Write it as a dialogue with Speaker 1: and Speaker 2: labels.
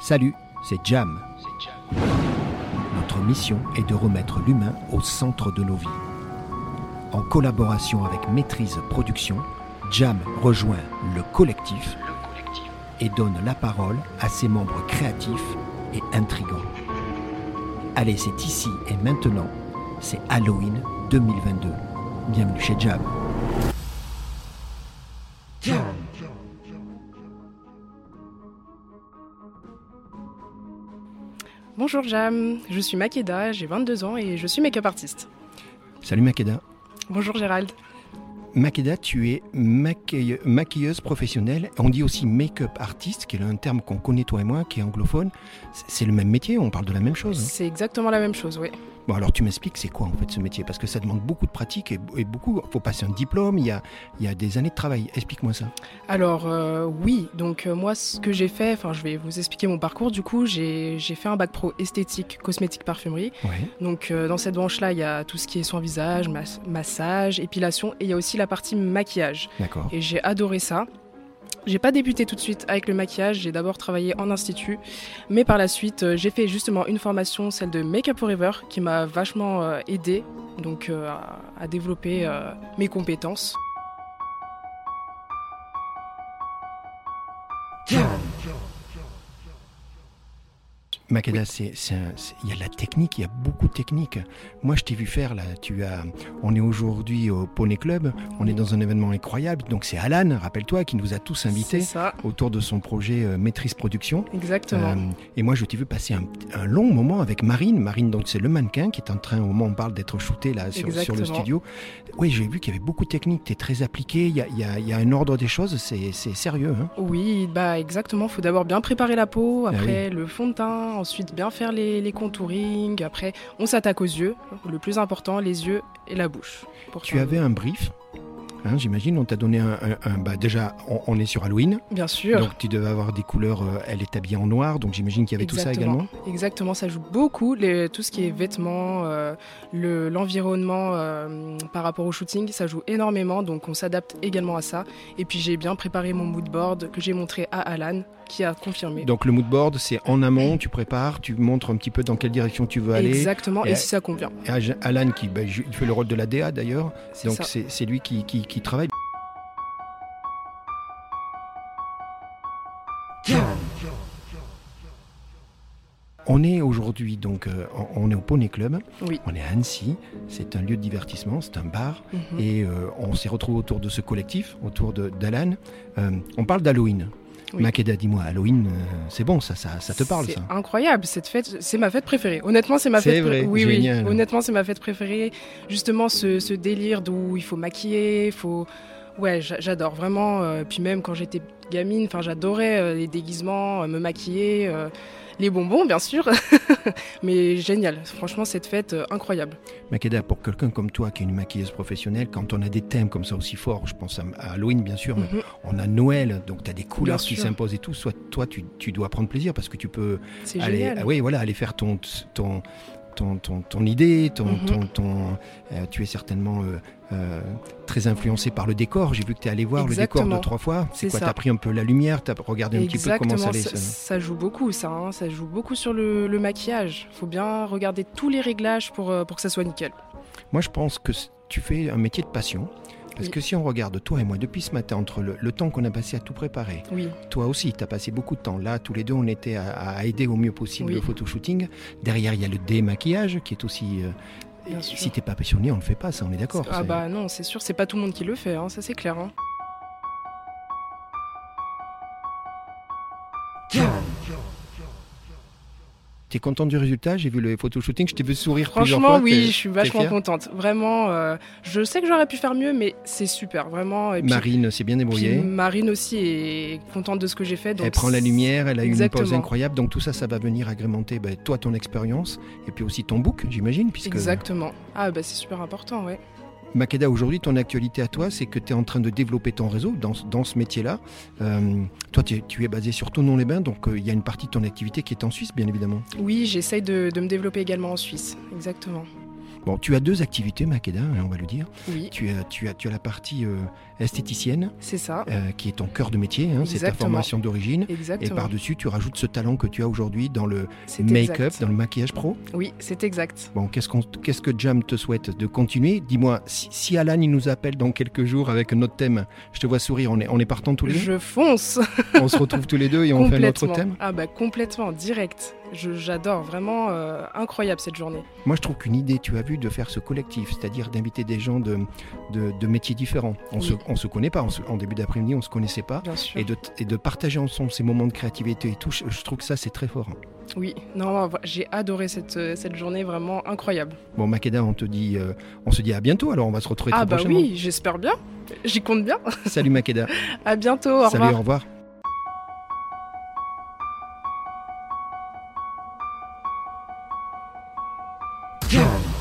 Speaker 1: Salut, c'est Jam. Notre mission est de remettre l'humain au centre de nos vies. En collaboration avec Maîtrise Production, Jam rejoint le collectif et donne la parole à ses membres créatifs et intrigants. Allez, c'est ici et maintenant, c'est Halloween 2022. Bienvenue chez Jam.
Speaker 2: Bonjour Jam, je suis Makeda, j'ai 22 ans et je suis make-up artiste.
Speaker 1: Salut Makeda.
Speaker 2: Bonjour Gérald.
Speaker 1: Makeda, tu es maquille- maquilleuse professionnelle. On dit aussi make-up artiste, qui est un terme qu'on connaît toi et moi, qui est anglophone. C'est- C'est le même métier, on parle de la même chose. hein.
Speaker 2: C'est exactement la même chose, oui.
Speaker 1: Bon, alors tu m'expliques, c'est quoi en fait ce métier Parce que ça demande beaucoup de pratique et, et beaucoup. Il faut passer un diplôme, il y a, il y a des années de travail. Explique-moi ça.
Speaker 2: Alors euh, oui, donc euh, moi ce que j'ai fait, enfin je vais vous expliquer mon parcours, du coup j'ai j'ai fait un bac pro esthétique, cosmétique, parfumerie.
Speaker 1: Ouais.
Speaker 2: Donc euh, dans cette branche-là, il y a tout ce qui est soin visage, mas- massage, épilation et il y a aussi la partie maquillage.
Speaker 1: D'accord.
Speaker 2: Et j'ai adoré ça. J'ai pas débuté tout de suite avec le maquillage, j'ai d'abord travaillé en institut, mais par la suite euh, j'ai fait justement une formation, celle de Make Up Forever, qui m'a vachement euh, aidée donc euh, à- à développer euh, mes compétences.
Speaker 1: Makeda, c'est- c'est un- c'est- il y a de la technique, il y a beaucoup de technique. Moi, je t'ai vu faire là. Tu as, on est aujourd'hui au Poney Club. On est dans un événement incroyable. Donc c'est Alan, rappelle-toi, qui nous a tous
Speaker 2: C'est
Speaker 1: invités
Speaker 2: ça,
Speaker 1: autour de son projet euh, Maîtrise Production.
Speaker 2: exactement.
Speaker 1: Euh, et moi, je t'ai vu passer un, un long moment avec Marine. Marine, donc c'est le mannequin qui est en train, au moment où on parle d'être shooté là sur, sur le
Speaker 2: Exactement.
Speaker 1: studio. Oui, j'ai vu qu'il y avait beaucoup de techniques. Tu es très appliqué. Il y a, il y a- il y a un ordre des choses. C'est c'est sérieux. hein.
Speaker 2: Oui, bah exactement, faut d'abord bien préparer la peau,
Speaker 1: Ah
Speaker 2: après le fond de teint, ensuite bien faire les, les contourings, après on s'attaque aux yeux, le plus important, les yeux et la bouche. Pour
Speaker 1: Tu
Speaker 2: faire-
Speaker 1: avais un brief. hein, J'imagine, on t'a donné un. un- un- bah, déjà, on- on est sur Halloween.
Speaker 2: Bien sûr.
Speaker 1: Donc tu devais avoir des couleurs, euh, elle est habillée en noir, donc j'imagine qu'il y avait tout ça également.
Speaker 2: Exactement, ça joue beaucoup. Les- tout ce qui est vêtements, euh, le- l'environnement euh, par rapport au shooting, ça joue énormément. Donc on s'adapte également à ça. Et puis j'ai bien préparé mon mood board que j'ai montré à Alan, qui a confirmé.
Speaker 1: Donc le mood board, c'est en amont, tu prépares, tu montres un petit peu dans quelle direction tu veux aller.
Speaker 2: Exactement, et,
Speaker 1: Et-
Speaker 2: si ça convient.
Speaker 1: Et Aj- Alan, qui ben, ju- il fait le rôle de la DA d'ailleurs,
Speaker 2: C'est
Speaker 1: donc
Speaker 2: ça.
Speaker 1: c'est c'est lui qui, qui- qui travaille. On est aujourd'hui donc euh, on- on est au Poney Club,
Speaker 2: Oui.
Speaker 1: on est à Annecy, c'est un lieu de divertissement, c'est un bar.
Speaker 2: Mhm.
Speaker 1: Et euh, on s'est retrouvé autour de ce collectif, autour de- d'Alan. Euh, on parle d'Halloween.
Speaker 2: Oui.
Speaker 1: Makeda, dis-moi, Halloween, euh, c'est bon, ça, ça, ça te parle,
Speaker 2: C'est
Speaker 1: ça
Speaker 2: incroyable cette fête, c'est ma fête préférée. Honnêtement, c'est ma
Speaker 1: C'est
Speaker 2: fête. pré-
Speaker 1: vrai,
Speaker 2: oui,
Speaker 1: génial.
Speaker 2: oui. Honnêtement, c'est ma fête préférée. Justement, ce, ce délire d'où il faut maquiller, il faut. Ouais, j'a- j'adore vraiment. euh, Puis même quand j'étais gamine, enfin, j'adorais euh, les déguisements, euh, me maquiller, euh, les bonbons, bien sûr. Mais génial. Franchement, cette fête euh, incroyable.
Speaker 1: Makeda, pour quelqu'un comme toi qui est une maquilleuse professionnelle, quand on a des thèmes comme ça aussi forts, je pense à, à Halloween bien sûr, mais
Speaker 2: Mhm.
Speaker 1: on a Noël, donc tu as des couleurs
Speaker 2: Bien
Speaker 1: qui
Speaker 2: sûr.
Speaker 1: s'imposent et tout. Soit toi, tu, tu dois prendre plaisir parce que tu peux
Speaker 2: C'est
Speaker 1: aller,
Speaker 2: génial.
Speaker 1: ah oui, voilà, aller faire ton, ton, ton, ton, ton idée, ton,
Speaker 2: Mhm.
Speaker 1: ton, ton- euh, tu es certainement euh, euh, très influencé par le décor. J'ai vu que tu es allé voir le décor
Speaker 2: Exactement.
Speaker 1: de trois fois. C'est
Speaker 2: C'est
Speaker 1: quoi
Speaker 2: ça.
Speaker 1: Tu as pris un peu la lumière, tu as regardé un petit peu comment ça hein.
Speaker 2: Exactement,
Speaker 1: allait.
Speaker 2: ça,
Speaker 1: se-
Speaker 2: ça joue beaucoup ça, hein. ça joue beaucoup sur le, le maquillage. Faut bien regarder tous les réglages pour, euh, pour que ça soit nickel.
Speaker 1: Moi, je pense que c- tu fais un métier de passion. Parce
Speaker 2: Oui.
Speaker 1: que si on regarde, toi et moi, depuis ce matin, entre le, le temps qu'on a passé à tout préparer,
Speaker 2: Oui,
Speaker 1: toi aussi, tu as passé beaucoup de temps. Là, tous les deux, on était à, à aider au mieux possible
Speaker 2: Oui.
Speaker 1: le photoshooting. Derrière, il y a le démaquillage qui est aussi. euh,
Speaker 2: Bien
Speaker 1: et
Speaker 2: sûr.
Speaker 1: si t'es pas passionné, on ne le fait pas, ça, on est d'accord.
Speaker 2: Ah
Speaker 1: c'est-
Speaker 2: bah non, c'est sûr, c'est pas tout le monde qui le fait, hein, ça c'est clair. hein.
Speaker 1: T'es content du résultat J'ai vu le photoshooting, je t'ai vu sourire plusieurs fois.
Speaker 2: Franchement, oui,
Speaker 1: t'es-
Speaker 2: je suis
Speaker 1: fière
Speaker 2: vachement contente. Vraiment, euh, je sais que j'aurais pu faire mieux, mais c'est super, vraiment. Et puis,
Speaker 1: Marine s'est bien
Speaker 2: puis
Speaker 1: débrouillée.
Speaker 2: Marine aussi est contente de ce que j'ai fait. Donc
Speaker 1: elle prend la lumière, elle a eu une pause
Speaker 2: Exactement.
Speaker 1: incroyable. Donc tout ça, ça va venir agrémenter ben, toi, ton expérience, et puis aussi ton book, j'imagine, puisque
Speaker 2: Exactement. Ah bah c'est super important, ouais.
Speaker 1: Makeda, aujourd'hui, ton actualité à toi, c'est que tu es en train de développer ton réseau dans, ce- dans ce métier-là. Euh, toi, t'es- tu es basé sur Tournon-les-Bains, donc euh, il y a une partie de ton activité qui est en Suisse, bien évidemment.
Speaker 2: Oui, j'essaye de, de me développer également en Suisse, exactement.
Speaker 1: Bon, tu as deux activités, Makeda, hein, on va le dire.
Speaker 2: Oui,
Speaker 1: Tu as, tu as, tu as la partie euh, esthéticienne,
Speaker 2: c'est ça.
Speaker 1: euh, qui est ton cœur de métier, hein, c'est ta
Speaker 2: Exactement.
Speaker 1: formation d'origine. Et
Speaker 2: Exactement.
Speaker 1: par-dessus, tu rajoutes ce talent que tu as aujourd'hui dans le
Speaker 2: C'est
Speaker 1: make-up,
Speaker 2: exact.
Speaker 1: dans le maquillage pro.
Speaker 2: Oui, c'est exact.
Speaker 1: Bon, qu'est-ce, qu'on- qu'est-ce que Jam te souhaite de continuer Dis-moi, si, si Alan il nous appelle dans quelques jours avec notre thème, je te vois sourire, on est, on est partant tous les deux
Speaker 2: Je fonce
Speaker 1: On se retrouve tous les deux et on fait notre
Speaker 2: complètement.
Speaker 1: thème
Speaker 2: Ah bah complètement, direct. Je- J'adore, vraiment euh, incroyable cette journée.
Speaker 1: Moi, je trouve qu'une idée, tu as vu, de faire ce collectif, c'est-à-dire d'inviter des gens de, de, de métiers différents. On
Speaker 2: Oui.
Speaker 1: se, on se connaît pas, on se- en début d'après-midi, on se connaissait pas.
Speaker 2: Bien sûr.
Speaker 1: Et de, et de partager ensemble ces moments de créativité et tout, je, je trouve que ça, c'est très fort.
Speaker 2: Oui, non, j'ai adoré cette, euh, cette journée, vraiment incroyable.
Speaker 1: Bon, Makeda, on te dit, euh, on se dit à bientôt, alors on va se retrouver
Speaker 2: Ah
Speaker 1: très
Speaker 2: bah
Speaker 1: prochainement.
Speaker 2: oui, j'espère bien. J'y compte bien.
Speaker 1: Salut Makeda.
Speaker 2: À bientôt, au
Speaker 1: Salut,
Speaker 2: revoir.
Speaker 1: au revoir.
Speaker 3: Jam.